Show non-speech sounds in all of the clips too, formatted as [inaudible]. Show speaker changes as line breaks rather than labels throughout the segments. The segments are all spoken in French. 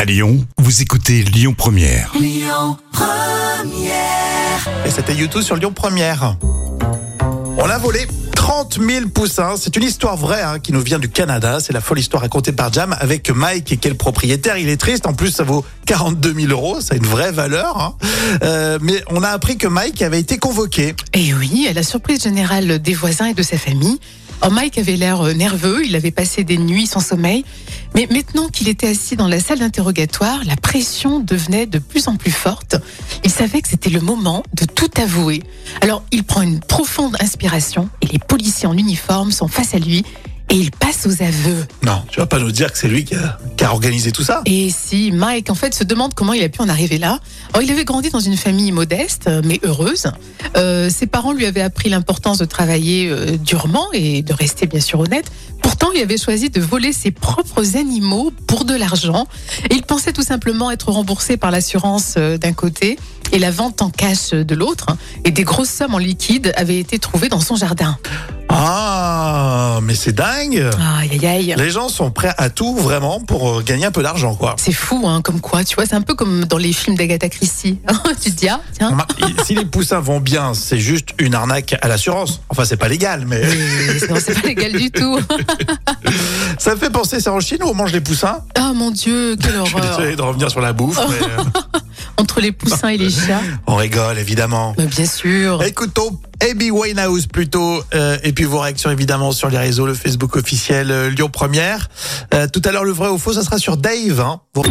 À Lyon, vous écoutez Lyon Première.
Et c'était YouTube sur Lyon Première. On a volé 30 000 poussins. C'est une histoire vraie hein, qui nous vient du Canada. C'est la folle histoire racontée par Jam avec Mike, qui est le propriétaire. Il est triste. En plus, ça vaut 42 000 euros. Ça a une vraie valeur. hein. Euh, mais on a appris que Mike avait été convoqué.
Et Eh oui, à la surprise générale des voisins et de sa famille, oh, Mike avait l'air euh, nerveux, il avait passé des nuits sans sommeil. Mais maintenant qu'il était assis dans la salle d'interrogatoire, la pression devenait de plus en plus forte. Il savait que c'était le moment de tout avouer. Alors il prend une profonde inspiration et les policiers en uniforme sont face à lui et il passe aux aveux.
Non, tu vas pas nous dire que c'est lui qui a, qui a organisé tout ça.
Et si Mike, en fait, se demande comment il a pu en arriver là. Alors, il avait grandi dans une famille modeste, euh, mais heureuse. Euh, ses parents lui avaient appris l'importance de travailler euh, durement et de rester, bien sûr, honnête. Pourtant, il avait choisi de voler ses propres animaux pour de l'argent. Et il pensait tout simplement être remboursé par l'assurance euh, d'un côté et la vente en cash euh, de l'autre. Et des grosses sommes en liquide avaient été trouvées dans son jardin.
Ah, mais c'est dingue.
Aïe, aïe, aïe.
Les gens sont prêts à tout vraiment pour euh, gagner un peu d'argent, quoi.
C'est fou, hein, comme quoi, tu vois, c'est un peu comme dans les films d'Agatha Christie. [laughs] tu te dis, ah, tiens,
On m'a- Si les poussins vont bien, c'est juste une arnaque à l'assurance. Enfin, c'est pas légal, mais
Mais non, c'est pas légal du tout.
ça me fait penser, c'est en Chine où on mange les poussins
Oh mon Dieu, quelle
Je suis désolé
horreur.
de revenir sur la bouffe, mais euh,
Entre les poussins et les chats.
on rigole évidemment.
Bah, bien sûr.
Écoutons Abby Winehouse plutôt, euh, et puis vos réactions évidemment sur les réseaux, le Facebook officiel euh, Lyon Première. Euh, tout à l'heure, le vrai ou faux, ça sera sur Dave. hein. Vous-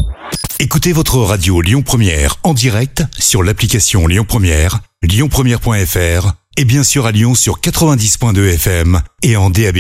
Écoutez votre radio Lyon Première en direct sur l'application Lyon Première, lyonpremière.fr et bien sûr à Lyon sur 90.2 FM et en DAB+.